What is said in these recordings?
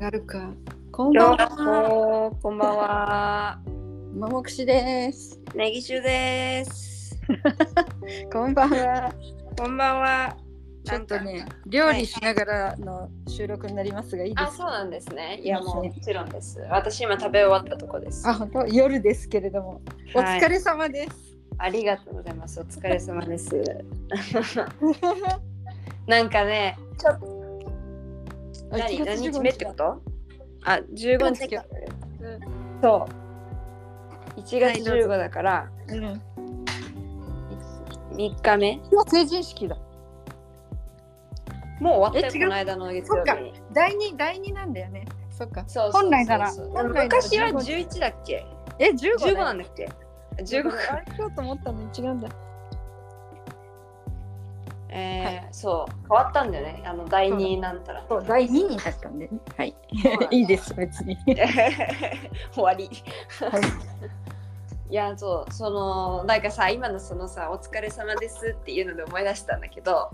がるか。こんばんどうは。もこんばんは。ももくしです。ネギシュです。こんばんは。こんばんは。ちょっとなねんか。、料理しながらの収録になりますが、いいであ、すそうか。なんですね。いや、もういいもちろんです。私今食べ終わったとこです。あ、本当、夜ですけれども。おはい疲れ様です。ありがとうございます。お疲れ様で す。なんかね、あ何1月何15日目ってことあ、15日15うんそう。1はい月どうぞ15だから、うん。今3日目。日成人式だ。もう終わえった違うよ、この間の月曜日に。第二、第二なんだよね。そっか。そうそうそうそう本来なら本来なら昔は11だっけえ、十五。 15なんだっけ15か。あれ、今日と思ったのに違うんだ。えーそう変わったんだよねあの第2なんたらそう、第二になったんで、ね。はい。 いいです。別に。 終わりはいいやそうそのなんかさ今のそのさ「お疲れ様です」っていうので思い出したんだけど、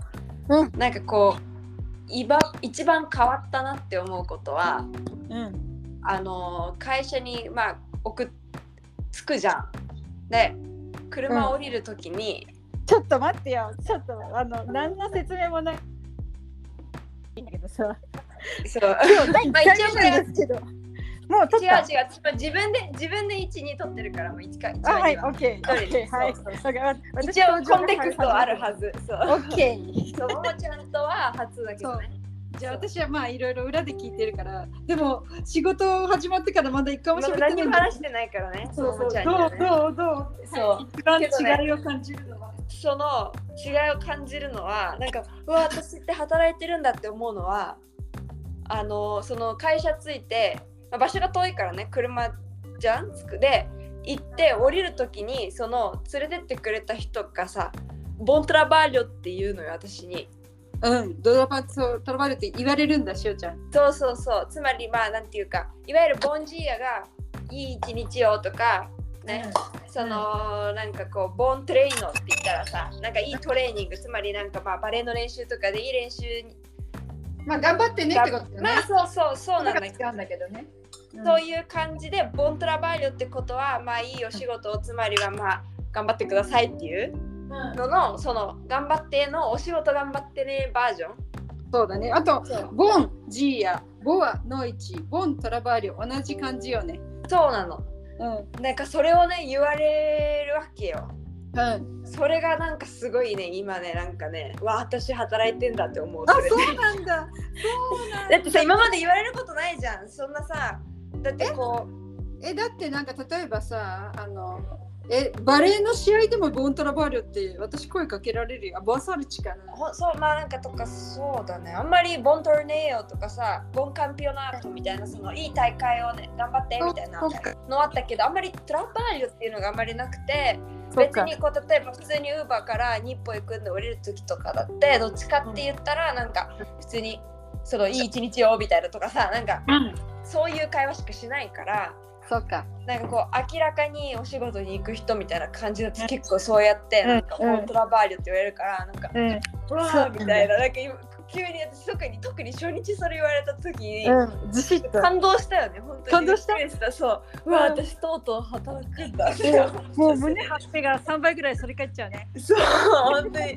うんなんかこういば一番変わったなって思うことはうん。あの会社にまあ送っ着くじゃん。で車降りる時に、ちょっと待ってよ。ちょっと、あの、何の説明もない。いいんだけどさ。そう 今日第一まあ一応回こ目れなはんですけど。もう撮っ違うた。違う自分で自分で12取ってるからもう1回一あ、番はい、にオはッケー。オッケー、はい。わかりました一応コンテクストあるは。ず。そ私う。オッケー。そう、ももちゃんとは初だけどね。じゃあ私はまあいろいろ裏で聞いてるから、でも仕事始まってからまだ一回もま喋だってない何んもだよ。話してないからね。そうそう。ももちゃんどにはうねどうどう。そう。一番違いを感じるのは。その違いを感じるのは、なんか、うわ、私って働いてるんだって思うのは、あの、その会社ついて、まあ場所が遠いからね、車じゃんつくで、行って降りるときに、その連れてってくれた人がさ、ボントラバーリョっていうのよ、私に。うん。ドラマそうトラバルって言われるんだしおちゃん。そうそうそうつまりまあなんていうかいわゆるボンジーヤがいい一日をとかね、そのなんかこうボントレイノって言ったらさなんかいいトレーニングつまりなんかまあバレエの練習とかでいい練習にまあ頑張ってねってことだよねまあ。そうそうそうなんだけど違うんだけどね。そういう感じでボントラバーリョってことはまあいいお仕事をつまりはまあ頑張ってくださいっていうののその頑張ってのお仕事頑張ってねバージョンそうだね。あとそう、ボン、ジーヤ、ボア、ノイチ、ボン、トラバーリョ、同じ感じよね。そうなのうん。なんかそれをね言われるわけようん。それがなんかすごいね今ねなんかねわあ私働いてんだって思うあ、それそうなんだ。だってさ今まで言われることないじゃんそんなさだってこうえ、だってなんか例えばさ、あの、え、バレーの試合でもボントラバーリョって私声かけられるよ。あボアサルチかな。ほそうまあなんかとかそうだねあんまりボントルネーオとかさボンカンピオナートみたいなそのいい大会をね頑張ってみたいなそっかのあったけどあんまりトラバーリョっていうのがあんまりなくてそっ別かにこう例えば普通にウーバーから日本行くんで降りる時とかだってどっちかって言ったらなんか普通にそのいい一日をみたいなとかさなんかうん。そういう会話しかしないからそっか。なんかこう明らかにお仕事に行く人みたいな感じだと結構そうやってうんなんかうんオントラバーリョって言われるからなんかうん。うわそうーみたいななんか今急に私特に特に初日それ言われた時にうん。ずしっと。感動したよね本当に感動したびっくりしたそううわーうん私とうとう働くんだもう胸張ってが3倍ぐらい反り返っちゃうね。そう本当に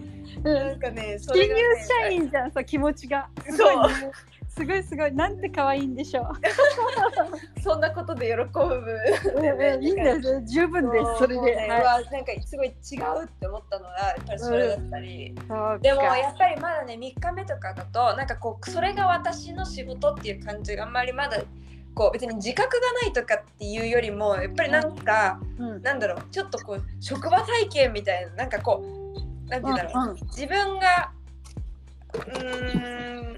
うなん。かねそ新れ入がね社員じゃん、そう気持ちが。すごいそうね、すごいすごい。なんて可愛いんでしょう。そんなことで喜うぶんうんいいんだよ、十分です。それで。もうねうはいわーなんかすごい違うって思ったのがやっぱりそれだったり、そうでもかやっぱりまだね3日目とかだとなんかこうそれが私の仕事っていう感じがあんまりまだこう別に自覚がないとかっていうよりもやっぱりなんか、うんなんだろうちょっとこう職場体験みたいななんかこうなんて言うんだろう、うんうん自分がうーん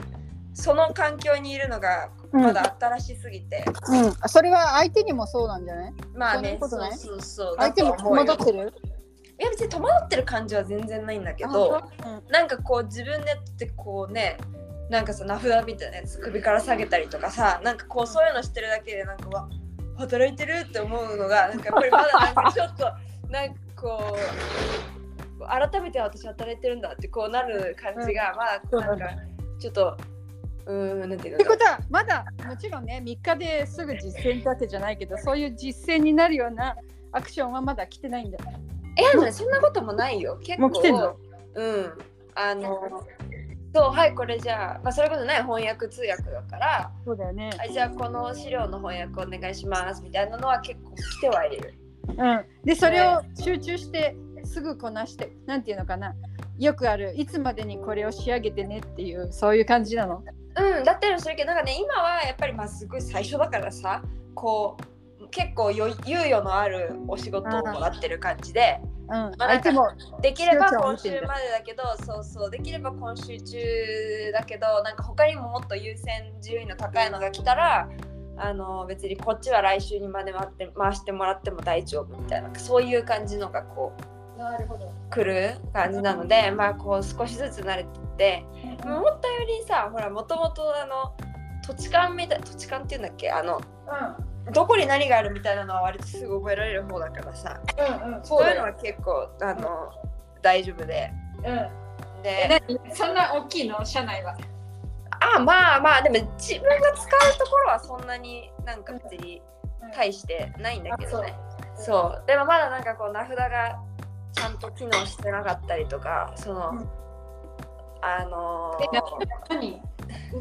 その環境にいるのがうんまだ新しすぎて、うん、それは相手にもそうなんじゃないまあねそんなことないそうそうそう相手も戸惑ってるいや別に戸惑ってる感じは全然ないんだけど。なんかこう自分でやってこうねなんかさ名札みたいなやつ首から下げたりとかさなんかこうそういうのしてるだけでなんかうわ働いてるって思うのがなんかやっぱりまだなんかちょっとなんかこう改めて私働いてるんだってこうなる感じがまそうだななんんだかちょっとうーんなんていうってこのとはまだもちろんね3日ですぐ実践ってわけじゃないけどそういう実践になるようなアクションはまだ来てないんだえでもそんなこともないよ結も構う来てんのうんあのそうはいこれじゃあ、まあ、それこそね翻訳通訳だからそうだよねあじゃあこの資料の翻訳お願いしますみたいなのは結構来てはいるうんでそれを集中してすぐこなしてなんていうのかなよくあるいつまでにこれを仕上げてねっていうそういう感じなのうんだったりするけどなんかね今はやっぱりまあすごい最初だからさこう結構よ猶予のあるお仕事をもらってる感じでうんか相手もできれば視聴者を今見て週んだまでだけどそうそうできれば今週中だけどなんか他にももっと優先順位の高いのが来たらあの別にこっちは来週にまで回って回してもらっても大丈夫みたいなそういう感じのがこうなるほど来る感じなのでまあこう少しずつ慣れてってまあ思ったよりさほらもともとあの土地勘みたい土地勘っていうんだっけあのどこに何があるみたいなのは割とすぐ覚えられる方だからさうんうんそういうのは結構あの大丈夫で。でそんな大きいの社内はあまあまあでも自分が使うところはそんなになんか別に大してないんだけどね、うんそうでもまだなんかこう名札がちゃんと機能してなかったりとかその、うんあのーえな何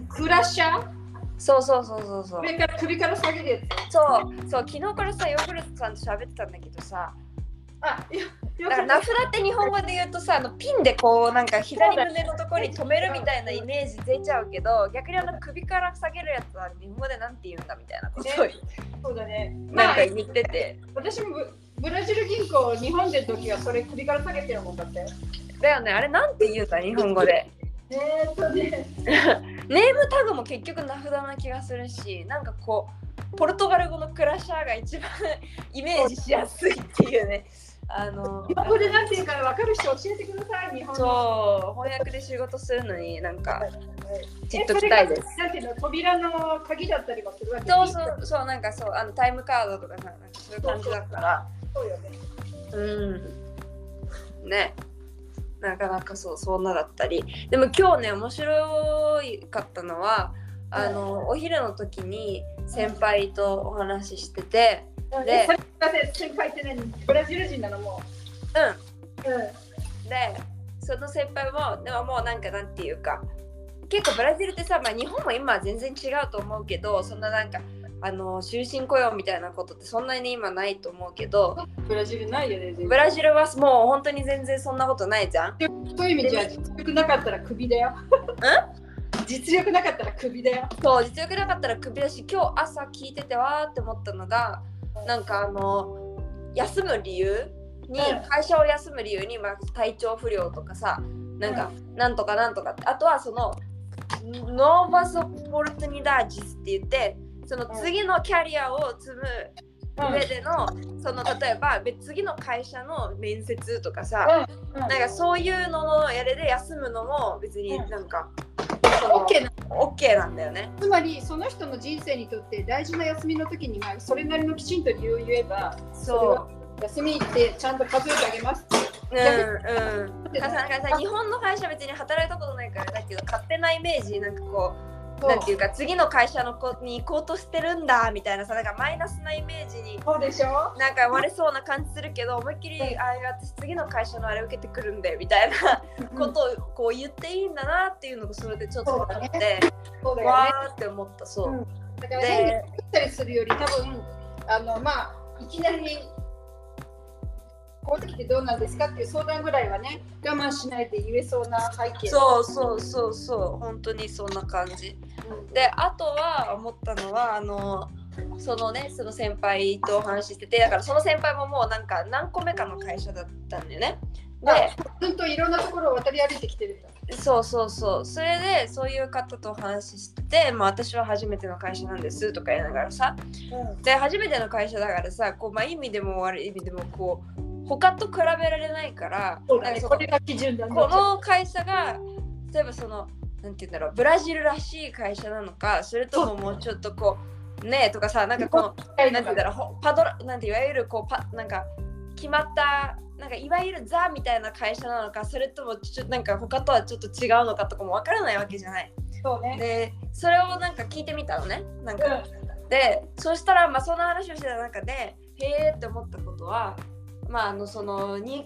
クラッシャーそうそうそうそうそうから首から下げるやつそうそう昨日からさヨーグルトさんと喋ってたんだけどさあよだから名札って日本語で言うとさあのピンでこうなんか左胸のところに止めるみたいなイメージ出ちゃうけど逆にあの首から下げるやつは日本語でなんて言うんだみたいなことをそうだね なんか言ってて。私もブブラジル銀行日本で時はそれ首から下げてるもんだったよ。だよねあれなんて言うか日本語でえー、っとね。ネームタグも結局名札な気がするしなんかこうポルトガル語のクラッシャーが一番 イメージしやすいっていうねあの日本語でなんていうか分かる人教えてください、日本語。そう翻訳で仕事するのになんかえじっときたいですそれがなんていうの扉の鍵だったりもするわけそうそうそうなんかそうあのタイムカードとかさなんかそういう感じだからそうよね。うんねなかなかそうそんなだったりでも今日ね面白かったのはあの、お昼の時に先輩とお話ししててえでそれすいません、先輩ってね、ブラジル人なのもうんう。うん。でその先輩もでももうなんかなんていうか結構ブラジルってさ、まあ、日本も今は全然違うと思うけどそんななんかあの終身雇用みたいなことってそんなに今ないと思うけどブラジルないよね。ブラジルはもう本当に全然そんなことないじゃんそういう意味じゃ実力なかったら首だよ。実力なかったら首だよ。そう実力なかったら首だし今日朝聞いててわーって思ったのがなんかあの休む理由にう会社を休む理由に、まあ、体調不良とかさなんか、なんとかなんとかってあとはそのノーバスオポルトニダージスって言ってその次のキャリアを積む上での、その例えば別次の会社の面接とかさ、うんなんかそういうののやれで休むのも別になんか、オッケーーオッケーなんだよね。つまりその人の人生にとって大事な休みの時にまあそれなりのきちんと理由を言えばそう休みってちゃんと数えてあげますってうんうん。だからさなんかさ日本の会社別に働いたことないからだけど勝手なイメージなんかこうなんていうか次の会社の子に行こうとしてるんだみたいなさなんかマイナスなイメージにそうでしょなんか割れそうな感じするけど思いっきりあ私次の会社のあれ受けてくるんでみたいなことをこう言っていいんだなっていうのがそれでちょっと分かって、そうだよわね。ーって思ったそう。うんだから変にで作ったりするより多分あのまあいきなりこういう時ってどうなんですかっていう相談ぐらいはね我慢しないで言えそうな背景そうそうそうそう本当にそんな感じ、うであとは思ったのはあのそのねその先輩とお話ししててだからその先輩ももうなんか何個目かの会社だったんだよねあでずっといろんなところを渡り歩いてきてるんだ。そうそうそうそれでそういう方とお話ししてて、まあ、私は初めての会社なんですとか言いながらさで初めての会社だからさこう、まあ、いい意味でも悪い意味でもこう他と比べられないからそうだなんかね。そこのれが基準だね。この会社が例えばそのなんて言うんだろうブラジルらしい会社なのかそれとももうちょっとこうねえとかさなんかこのなんて言うんだろうほパドラなんていわゆるこうパなんか決まったなんかいわゆるザみたいな会社なのかそれともちょなんか他とはちょっと違うのかとかもわからないわけじゃない。そうね。でそれをなんか聞いてみたのねなんか、でそしたらまあその話をしてた中でへえって思ったことはまああのその日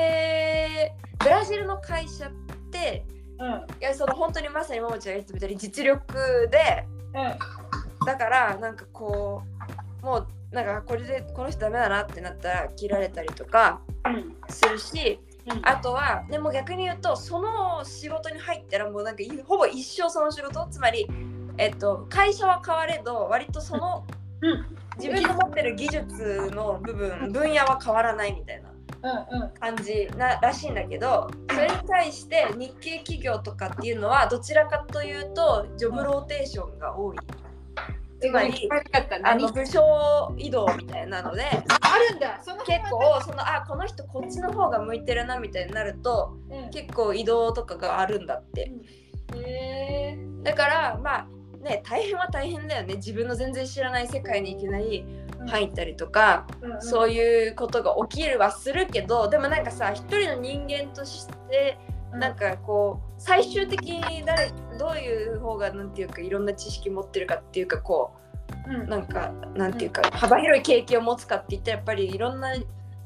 系ブラジルの会社ってうん、うん、いやその本当にまさにももちゃんが言ってたみたいに実力でだからなんかこうもうなんかこれでこの人ダメだなってなったら切られたりとかするしうん。あとはでも逆に言うとその仕事に入ったらもうなんかいほぼ一生その仕事つまり、えっと、会社は変われど割とそのうん、自分の持ってる技術の部分分野は変わらないみたいなうん、うん。感じならしいんだけどそれに対して日系企業とかっていうのはどちらかというとジョブローテーションが多いつまりかったね。ああの部署移動みたいなのでるんだ。その辺結は構そのあこの人こっちの方が向いてるなみたいになるとうん結構移動とかがあるんだってへーだからまあね大変は大変だよね自分の全然知らない世界にいきなり入ったりとか、うんうんそういうことが起きるはするけどでもなんかさ一人の人間としてなんかこう最終的に誰どういう方がなんていうかいろんな知識持ってるかっていうかこうんうなんかなんていうか幅広い経験を持つかって言ったらやっぱりいろんな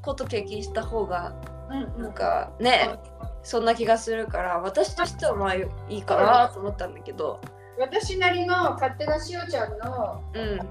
こと経験した方がうんなうんんかねそんな気がするから私としてはまあいいかなと思ったんだけど私なりの勝手なしおちゃんのうんあ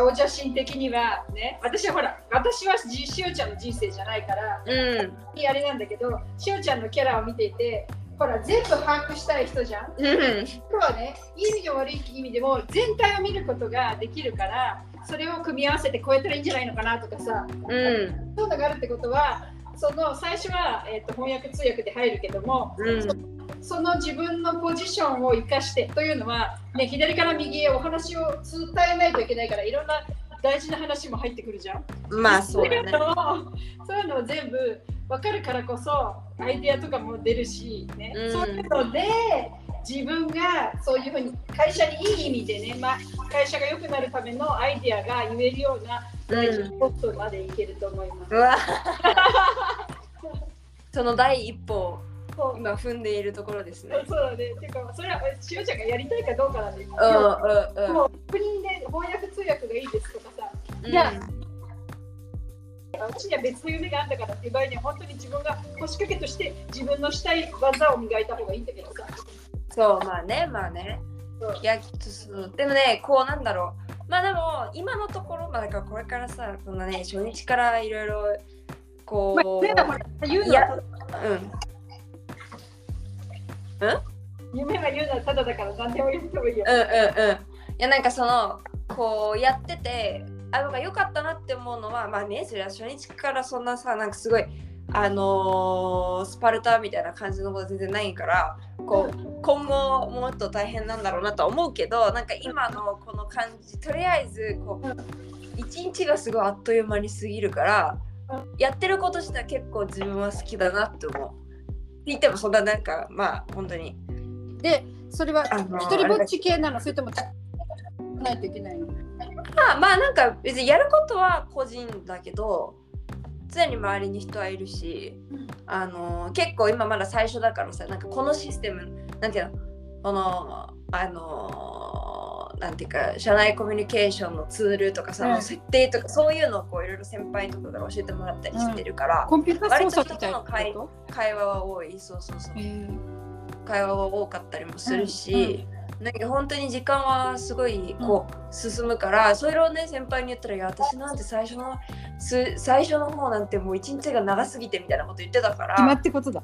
の青写真的にはね私はほら私はじしおちゃんの人生じゃないからうんあれなんだけどしおちゃんのキャラを見ていてほら全部把握したい人じゃんうん人はねいい意味でも悪い意味でも全体を見ることができるからそれを組み合わせてこうやったらいいんじゃないのかなとかさうんそういうのがあるってことはその最初は、えー、と翻訳通訳で入るけどもうんその自分のポジションを生かしてというのは、ね、左から右へお話を伝えないといけないからいろんな大事な話も入ってくるじゃん。まあそうだねそういうのを全部分かるからこそアイデアとかも出るし、ねうんそういうので自分がそういうふうに会社にいい意味でね、まあ、会社が良くなるためのアイデアが言えるような大事なポットまでいけると思います。うわ その第一歩をそう今踏んでいるところですねそうだね。てか、それは、しおちゃんがやりたいかどうかなんで、うんもうんうんう国で翻訳通訳がいいですとかさ、うんいやうちには別の夢があったからっていう場合には、本当に自分が腰掛けとして、自分のしたい技を磨いた方がいいんだけどさ。そうまあねまあねそういやきっとそうでもねこうなんだろうまあでも今のところまあだからこれからさこのね初日からいろいろこう、夢はほら言ういのやは、うん夢は言うのはただだから、何でも言ってもいいよう。んうんうんいやなんかそのこうやっててあなんか良かったなって思うのはまあねそれは初日からそんなさなんかすごいあのースパルタみたいな感じのこと全然ないからこう、今後もっと大変なんだろうなとは思うけどなんか今のこの感じとりあえずこうう一日がすごいあっという間に過ぎるからやってること自体結構自分は好きだなって思う。って言ってもそんななんかまあ本当にでそれはあのー一人ぼっち系なのそれともないといけないのまあまあなんか別にやることは個人だけど常に周りに人はいるし、うんあのー結構今まだ最初だからさなんかこのシステムなんていうのこのあのーなんていうか社内コミュニケーションのツールとかさ、うん設定とかそういうのをこういろいろ先輩とかから教えてもらったりしてるから、コンピューター操作みたいなこ会話は多いそうそうそうと、へ会話は多かったりもするし、なんか本当に時間はすごいこう進むから、それをね先輩に言ったら「いや私なんて最初のす最初の方なんてもう一日が長すぎて」みたいなこと言ってたか決まらってことだ、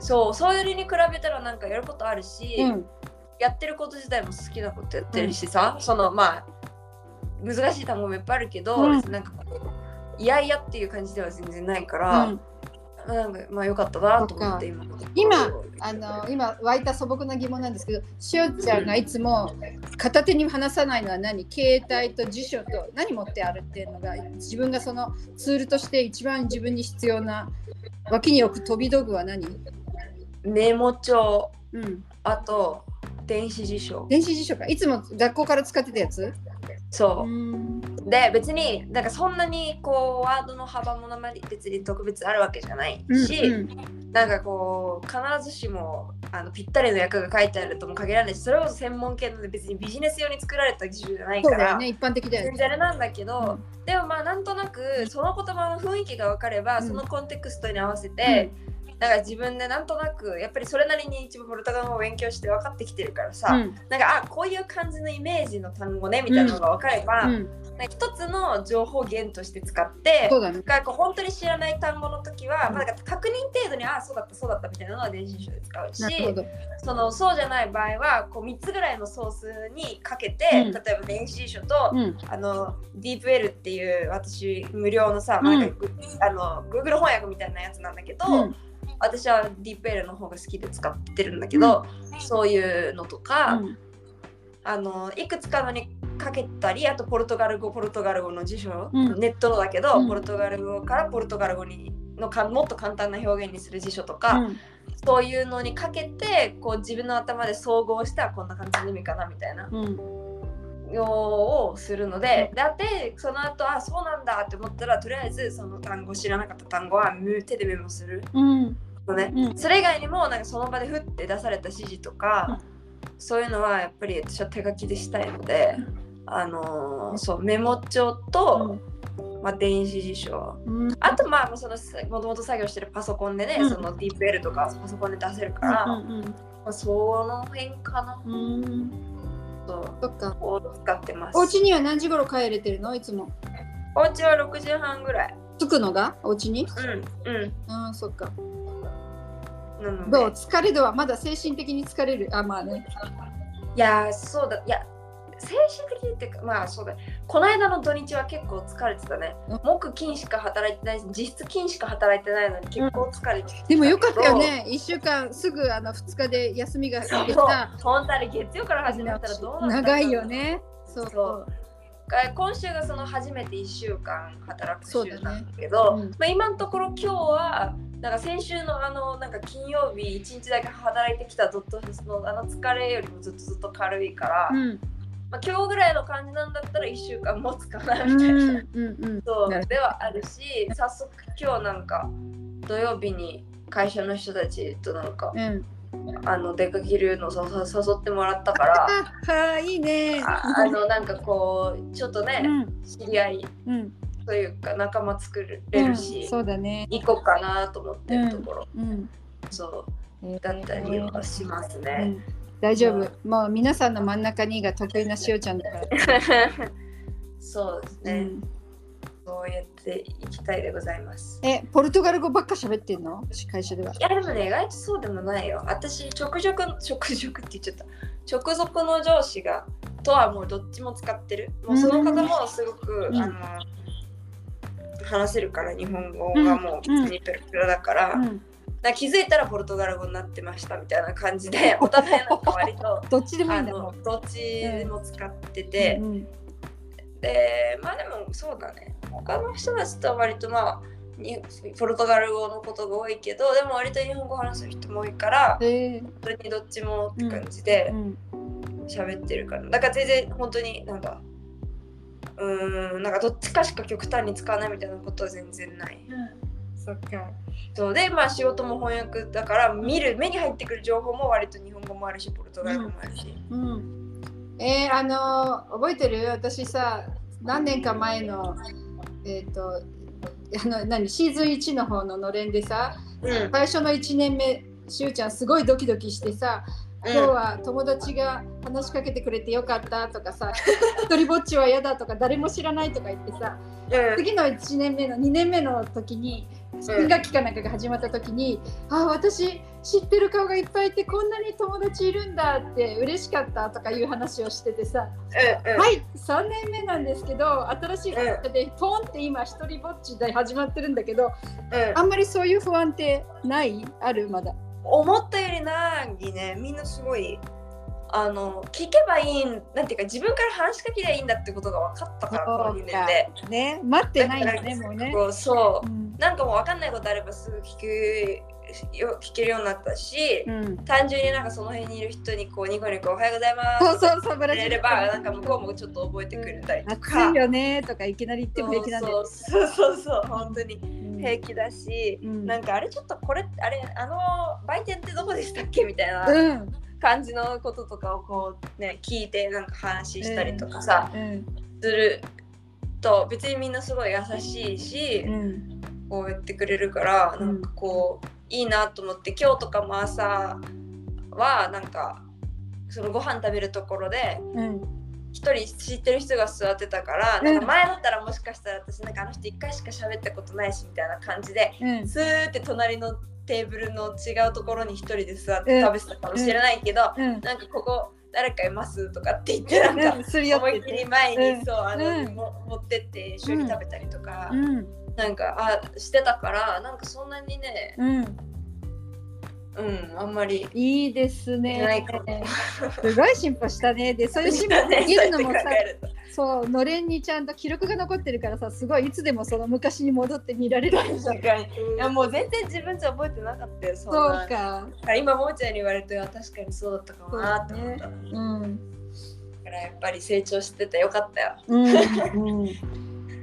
そうそういうのに比べたらなんかやることあるし、うん、やってること自体も好きなことやってるしさ、そのまあ難しい単語もいっぱいあるけど、うんなんかこういやいやっていう感じでは全然ないかうら、ん、なんかまあよかったなと思って今今あの今湧いた素朴な疑問なんですけどしおちゃんがいつも片手に話さないのは何携帯と辞書と何持って歩ってるのが自分がそのツールとして一番自分に必要な脇に置く飛び道具は何、メモ帳うん、あと電子辞書電子辞書かいつも学校から使ってたやつそうう、んで別になんかそんなにこうワードの幅もあまり別に特別あるわけじゃないし、うんなんかこう必ずしもあのぴったりの役が書いてあるとも限らないしそれこそ専門系なので別にビジネス用に作られた技術じゃないそかうだら、よね一般的だよ全ね。然あれなんだけど、でもまあなんとなくその言葉の雰囲気が分かれば、うんそのコンテクストに合わせて、なんか自分でなんとなくやっぱりそれなりに一部ポルトガル語を勉強して分かってきてるからさ、うんなんかあこういう感じのイメージの単語ねみたいなのが分かれば、うん、なんか一つの情報源として使ってそうだね。なんかこう本当に知らない単語の時は、うんまあ、なんか確認程度にああそうだったそうだったみたいなのは電子書で使うなるほしど。そのそうじゃない場合はこう3つぐらいのソースにかけて、うん例えば電子書と、うんあのディープエルっていう私無料のさ、うんなんかグあの Google 翻訳みたいなやつなんだけど、うん私はディープエルの方が好きで使ってるんだけど、そういうのとか、うんあのいくつかのにかけたりあとポルトガル語ポルトガル語の辞書、うんネットのだけど、うんポルトガル語からポルトガル語にのかもっと簡単な表現にする辞書とか、うんそういうのにかけてこう自分の頭で総合したらこんな感じの意味かなみたいなうんのをするので、だってその後あそうなんだって思ったらとりあえずその単語知らなかった単語はむ手でメモするうんのね。うんそれ以外にもなんかその場でふって出された指示とか、そういうのはやっぱり私は手書きでしたいので、あのーそうメモ帳と、まあ、電子辞書うんうんあとまあそのもともと作業してるパソコンでね、うんその DeepL とかパソコンで出せるから、まあ、その辺かなうんうんとそっか。を使ってます。お家には何時頃帰れてるのいつも。お家は6時半ぐらい。着くのがお家にうんうんああそっか。なのでどう疲れ度はまだ精神的に疲れる。あまあね。いやーそうだいや精神的にっていうかまあそうだこの間の土日は結構疲れてたねうん木金しか働いてないし実質金しか働いてないのに結構疲れてたけど、でもよかったよね。一週間すぐあの二日で休みが来そうてさ。本当あれ月曜から始めたらどうなったんだろう長いよね。そうそそうう。が今週がその初めて1週間働くそうだね週なんだけどうんまあ、今のところ今日はなんか先週のあのなんか金曜日1日だけ働いてきたドットフェスのあの疲れよりもずっとずっと軽いから、うんまあ、今日ぐらいの感じなんだったら1週間持つかなうみんたいな。うんうん。そうなるではあるし早速今日なんか土曜日に会社の人たちとなんかうん。あの出かけるのをささ誘ってもらったかあらはーいいね。 ああのなんかこうちょっとうねん知り合いうんというか仲間作れるし、そうだね。行こうかなと思ってるところ、うん。そうだったりはしますうね。ん大丈夫。もう皆さんの真ん中にが得意なしおちゃんだから。そうですうね、ん、そうやっていきたいでございます。え、ポルトガル語ばっか喋ってんの会社では。いやでもね意外とそうでもないよ。私 直属直属って言っちゃった直属の上司がとはもうどっちも使ってる。もうその方もすごく、うんあの話せるから日本語がもう別にペラペラだから,、うん。気づいたらポルトガル語になってましたみたいな感じでお互いなんか割とどっち でもいいあんだものん。どっちも使ってて、うんでまあでもそうだね他の人たちとは割とまあにポルトガル語のことが多いけどでも割と日本語話す人も多いからえー本当にどっちもって感じでうん喋ってるから、だから全然本当になんかうーんなんかどっちかしか極端に使わないみたいなことは全然ない。そっか。そうでまあ仕事も翻訳だから見る目に入ってくる情報も割と日本語もあるしポルトガル語もあるし。うん。えー、あのー覚えてる私さ、何年か前の、えっ、と、あの何シーズン1の方ののれんでさ、うんうん最初の1年目、しおちゃんすごいドキドキしてさ、今日は友達が話しかけてくれてよかったとかさ一人ぼっちは嫌だとか誰も知らないとか言ってさうん次の1年目の2年目の時に新学期かなんかが始まった時に「あ私知ってる顔がいっぱいいてこんなに友達いるんだ」って嬉しかったとかいう話をしててさ「はい3年目なんですけど新しい会社でポンって今一人ぼっちで始まってるんだけどうんうんあんまりそういう不安ってないあるまだ。思ったよりないねみんなすごいあの聞けばいいなんていうか自分から話しかけりゃいいんだってことが分かったからこの2年でね待ってないんだねもうね。こうそううんなんかもう分かんないことあればすぐ聞くよ聞けるようになったし、うん、単純になんかその辺にいる人にこうニコニコおはようございますそうそうそうブラやジれルればなんか向こうもちょっと覚えてくれたりと暑か、いよねとかいきなり言っても平気なんでそうそうそうそう本当にうん平気だし、うんなんかあれちょっとこれあれあの売店ってどこでしたっけみたいなうん感じのこととかをこうね聞いてなんか話したりとかさ、うんすると別にみんなすごい優しいし、うんこうやってくれるからうなんんかこういいなと思って今日とかも朝はなんかそのご飯食べるところでうん一人知ってる人が座ってたから、うんなんか前だったらもしかしたら私なんかあの人一回しか喋ったことないしみたいな感じでうんスーって隣のテーブルの違うところに一人で座っうてん食べてたかもしれないけど、うんなんかここ誰かいますとかって言ってなんかうんするよっ思いてっき言っりて前うにんそうあのうんも持ってって一緒に食べたりとかうんなんかあしてたからなんかそんなにねうんうんあんまりいいですないねかもすごい進歩したねでそういう進歩で ねきそるうやっのても考さえるとそうのれんにちゃんと記録が残ってるからさすごいいつでもその昔に戻って見られるじゃん確かにいやもう全然自分じゃ覚えてなかったよそんなそうかだから今もーちゃんに言われてあ確かにそうだったかもなって思った、うんだからやっぱり成長しててよかったよ うんうんい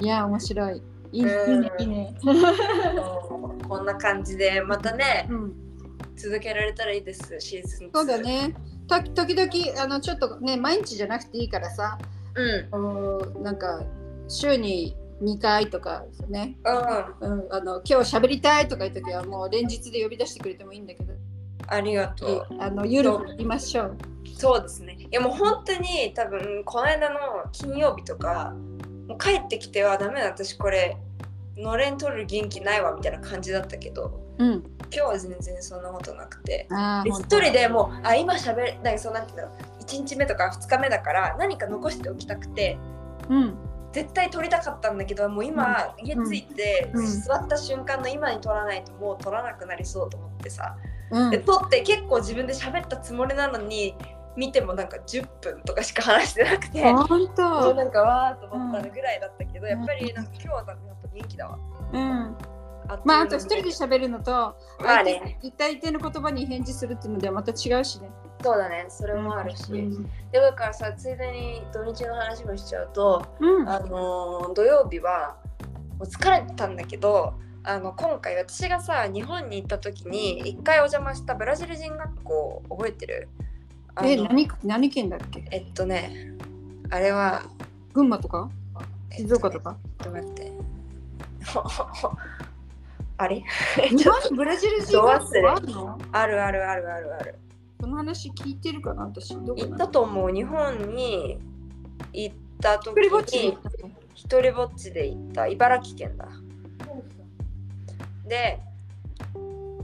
や面白いいいいいねいいねそうこんな感じでまたねうん続けられたらいいですシーズン2そうだね。た時々あのちょっとね毎日じゃなくていいからさ、うんうんあのなんか週に2回とかね、うん、あの今日喋りたいとかいう時はもう連日で呼び出してくれてもいいんだけど、ありがとうあのゆるくいきましょう。そうですねいやもう本当に多分この間の金曜日とかもう帰ってきてはダメだ私これのれん取る元気ないわみたいな感じだったけどうん。今日は全然そんなことなくてあでー一本当人でもうあ今しゃべなんかそうなんていうの1日目とか2日目だから何か残しておきたくてうん絶対撮りたかったんだけどもう今、家着いて、うん座った瞬間の今に撮らないともう撮らなくなりそうと思ってさ、うんで撮って結構自分で喋ったつもりなのに見てもなんか10分とかしか話してなくて。本そう当。なんかわーっと思ったぐらいだったけど、やっぱりなんか今日はなんかやっぱ元気だわ。うん。あっまああいう間と一人でに喋るのと、まあね、相手相手の言葉に返事するっていうのではまた違うしね。そうだね、それもあるし。うん。でだからさ、ついでに土日の話もしちゃうと、うんあのー土曜日はもう疲れてたんだけどあの今回私がさ日本に行った時に一回お邪魔したブラジル人学校覚えてるあのえ何何県だっけ？えっとねあれは、群馬とか？えっ静ね岡とか？ちょっと待ってほほほ あれ日本にブラジル人学校はあるの？ あるあるあるあるあるその話聞いてるかな私どこ行ったと思う日本に行った時一人ぼっちでに一人ぼっちで行った茨城県だで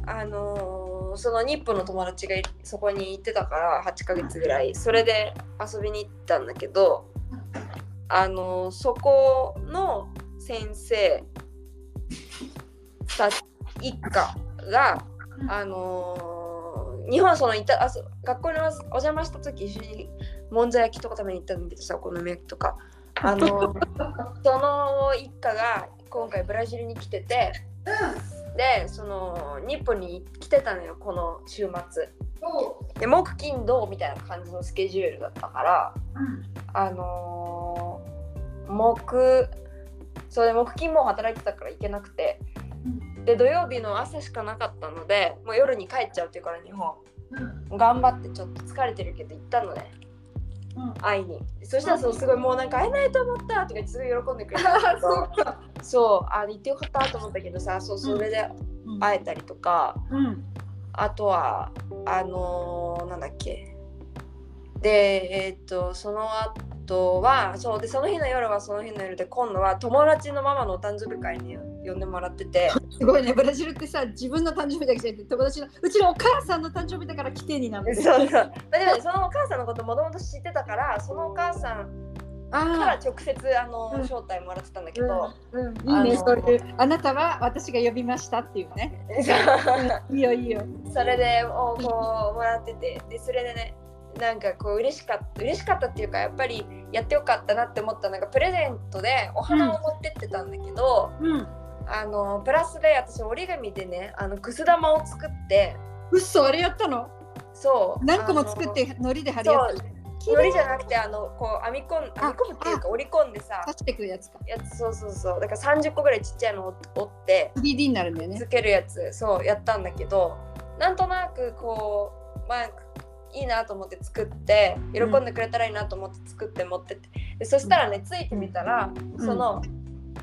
あのーその日本の友達がいそこに行ってたから8ヶ月ぐらいそれで遊びに行ったんだけどあのーそこの先生た一家があのー日本そのいたあそ学校にお邪魔した時一緒にもんじゃ焼きとか食べに行ったんだけどさお好み焼きとかあのーその一家が今回ブラジルに来ててでその日本に来てたのよこの週末で木金土みたいな感じのスケジュールだったからあのー木それで木金も働いてたから行けなくてで土曜日の朝しかなかったのでもう夜に帰っちゃうっていうから日本頑張ってちょっと疲れてるけど行ったのねうん会いにそしたらそうすごいもうなんか会えないと思ったとか言ってすごい喜んでくれたそうそうあ行ってよかったと思ったけどさそうそれで会えたりとか、うんあとはあのーなんだっけでえーっとその後はそうでその日の夜はその日の夜で今度は友達のママのお誕生日会に呼んでもらっ ててすごいねブラジルってさ自分の誕生日だけじゃなくて友達のうちのお母さんの誕生日だから来てになるそうそうまあでもねそのお母さんのこともともと知ってたからそのお母さんからあ直接あのうん招待もらってたんだけーど、うんうんいいあねのそういうあなたは私が呼びましたっていうね いいよいいよそれでをこうもらっててでそれでねなんかこう嬉しかった嬉しかったっていうかやっぱりやってよかったなって思ったのがプレゼントでお花を持ってってたんだけど、うんあのプラスで私折り紙でねあのくす玉を作ってうっそあれやったのそう何個も作ってのりで貼り合ってそうのりじゃなくてあのこう編み込ん編み込むっていうか折り込んでさ刺してくるやつかやつそうそうそうだから30個ぐらいちっちゃいのを折って 3D になるんだよねつけるやつそうやったんだけどなんとなくこうまあいいなと思って作って喜んでくれたらいいなと思って作って持ってってでそしたらねついてみたらその、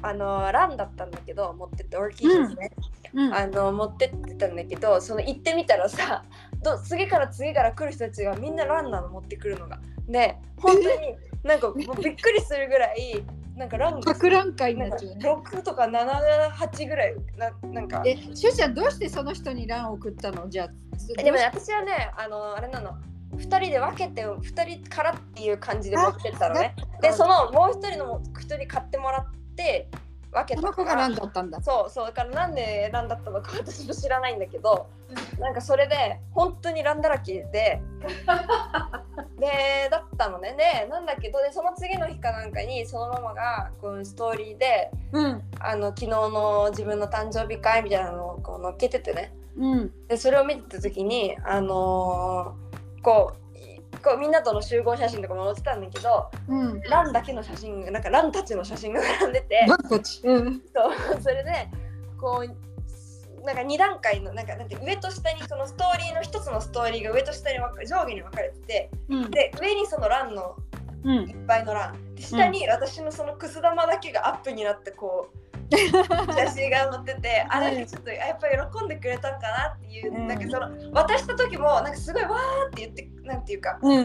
あのランだったんだけど持ってって大きいですね、うんあの持ってってたんだけどその行ってみたらさど次から次から来る人たちがみんなランなの持ってくるのがで本当になんかもうびっくりするぐらいなんかランが博覧会になんなかっちゃうね6とか78ぐらいななんかえしゅうちゃんどうしてその人にランを送ったのじゃあでもね私はねあのあれなの2人で分けて2人からっていう感じで持ってったのねでそのもう1人のも人に買ってもらって分けそたのか子がらランだったんだそうそうだからなんでランだったのか 私も知らないんだけどなんかそれで本当にランだら けででだったのねでなんだけどでその次の日かなんかにそのママがこのストーリーでうんあの昨日の自分の誕生日会みたいなのをこう乗っけててねうんでそれを見てた時にあのーこういこうみんなとの集合写真とかも載ってたんだけどうんランだけの写真がなんかランたちの写真が並んでてバンコチうんそうそれでこうなんか2段階のなんかなんて上と下にそのストーリーの一つのストーリーが上と下に分か上下に分かれててうんで上にそのランのうんいっぱいのランで下に私のそのくす玉だけがアップになってこ う写真が載っててあれちょっとやっぱ喜んでくれたんかなっていう、うんなんかその渡した時もなんかすごいわーって言ってなんていうかうん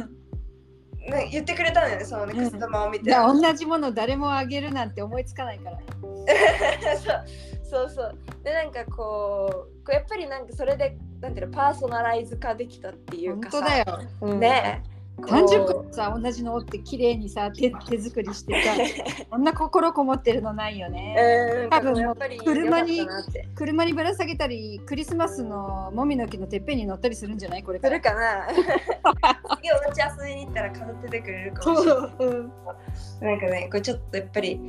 な言ってくれたのよねそのねうくんす玉を見て。じゃあ同じもの誰もあげるなんて思いつかないから そうそうそうでなんかこうこうやっぱりなんかそれでなんていうのパーソナライズ化できたっていう本か当さだよ、うんねこう30個さ同じの折って綺麗にさ手手作りしてさ こんな心こもってるのないよね、うん多分やっぱり車に良かったなって車にぶら下げたりクリスマスのもみの木のてっぺんに乗ったりするんじゃないこれかすらるか な次お家遊びに行ったら飾っててくれるかもしれそう、うん、ないなんかねこれちょっとやっぱり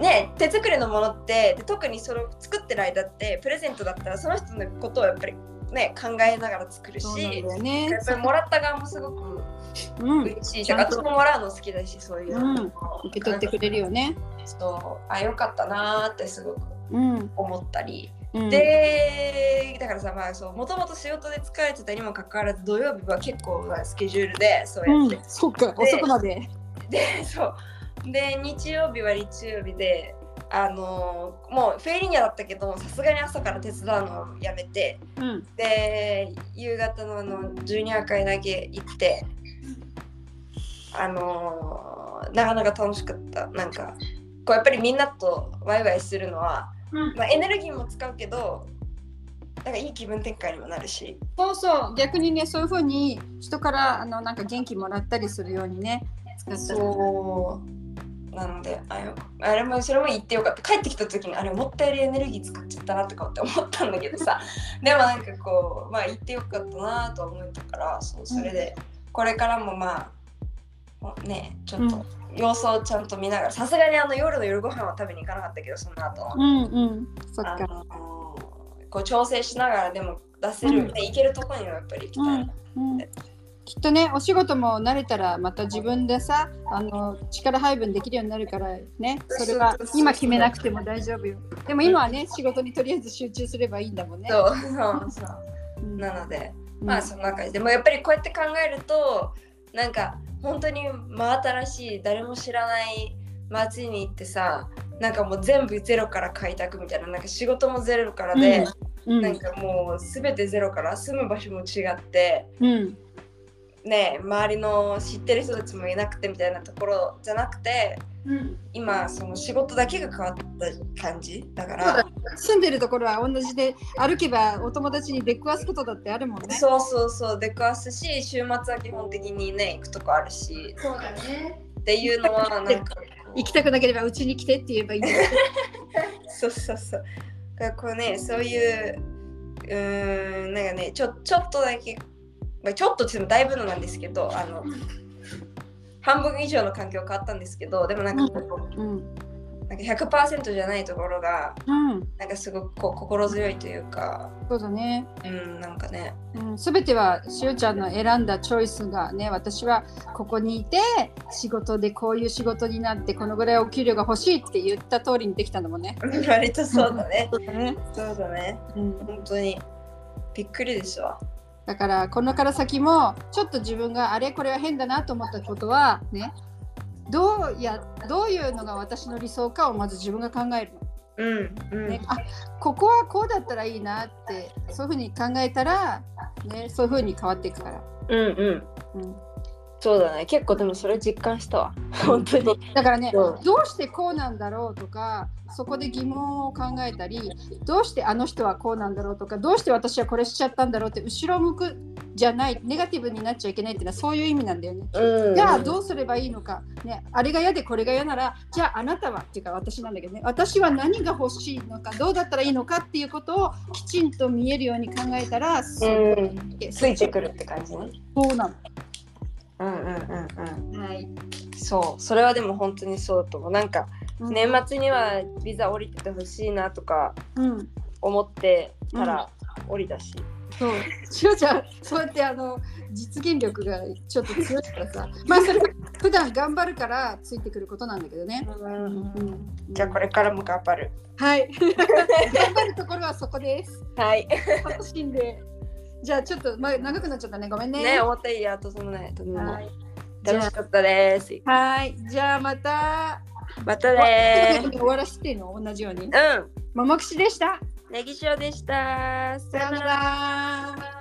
ね手作りのものってで特にそれを作ってる間ってプレゼントだったらその人のことをやっぱりね考えながら作るしそうなんだよねやっぱりもらった側もすごくうん受嬉しいし、私ももらうの好きだし、そういう。うんけ取ってくれるよねそう、あ、よかったなーってすごくうん、思ったり。うん、で、だからさ、まあ、そう、もともと仕事で疲れてたにもかかわらず、土曜日は結構なスケジュールで、そうやうって。ん、そっか遅くまでで、そう。で、日曜日は日曜日で。あのーもうフェイリニアだったけどさすがに朝から手伝うのをやめてうんで夕方のあのジュニア会だけ行ってあのーなかなか楽しかったなんかこうやっぱりみんなとワイワイするのは、うんまあ、エネルギーも使うけどなんかいい気分転換にもなるしそうそう逆にねそういう風に人からあのなんか元気もらったりするようにね使ったらそうなのであよあれもそれも言ってよかった帰ってきた時にあれ思ったよりエネルギー使っちゃったなとかって思ったんだけどさ でもなんかこうまあ言ってよかったなと思ったからそうそれでこれからもまあねちょっと様子をちゃんと見ながらさすがにあの夜の夜ご飯は食べに行かなかったけどその後はうんうんそっあかのこう調整しながらでも出せる、うんね行けるとこにはやっぱり行きたいな、うんきっとねお仕事も慣れたらまた自分でさあの力配分できるようになるからねそれは今決めなくても大丈夫よでも今はね仕事にとりあえず集中すればいいんだもんね。そう そうそううんなので。うんまあそんな感じでもやっぱりこうやって考えるとなんか本当に真新しい誰も知らない街に行ってさなんかもう全部ゼロから開拓みたいななんか仕事もゼロからで、うんなんかもう全てゼロから住む場所も違ってうんねえ周りの知ってる人たちもいなくてみたいなところじゃなくてうん今その仕事だけが変わった感じだかそうらだ住んでるところは同じで歩けばお友達に出くわすことだってあるもんね。そうそうそう出くわすし週末は基本的にね行くとこあるしそうだね。っていうのはなんかこう行きたくなければうちに来てって言えばいいんだよ。そうそうそう。だからこうね、そういう、うーん、なんかね、ちょちょっとだけ、まあ、ちょっとって言ってもだいぶのなんですけど、あの、半分以上の環境変わったんですけど、でもなんかこう、うんなんか100%じゃないところがうん、なんかすごくこう心強いというか、そうだね。うん、なんかね、 うん、全てはしおちゃんの選んだチョイスがね私はここにいて仕事でこういう仕事になってこのぐらいお給料が欲しいって言った通りにできたのもね。割とそうだね。そうだねそうだね。うん、本当にびっくりですわ。だからこのから先もちょっと自分があれこれは変だなと思ったことはねどうやどういうのが私の理想かをまず自分が考えるうん、うの、んね、あここはこうだったらいいなってそういうふうに考えたら、ね、そういうふうに変わっていくから。うん、うん。うんそうだね。結構でもそれ実感したわ。本当に。だからね、うんどうしてこうなんだろうとかそこで疑問を考えたりどうしてあの人はこうなんだろうとかどうして私はこれしちゃったんだろうって後ろ向くじゃないネガティブになっちゃいけないっていうのはそういう意味なんだよね。うんじゃあどうすればいいのか、ね、あれが嫌でこれが嫌ならじゃああなたはっていうか私なんだけどね私は何が欲しいのかどうだったらいいのかっていうことをきちんと見えるように考えたら、うん。つそいてくるって感じね。うなうん、うん、うん、の。はい、うん。そう。それはでも本当にそうだと思う。なんかうん年末にはビザ降りててほしいなとかうん思ってたら降りたし。そう、しおちゃん、そうやってあの実現力がちょっと強いからさ、まあそれ普段頑張るからついてくることなんだけどね。うん、じゃあこれからも頑張る。はい。頑張るところはそこです。はい。楽しんで。じゃあちょっと、まあ、長くなっちゃったね。ごめんね。ね、思ったより後とんでもない。とんでもはないい。楽しかったです。はい。じゃあまた。またえねー、終わらせての同じように。ー。うん。ももくしでした。ネギ塩でした。ささよようななら。ら。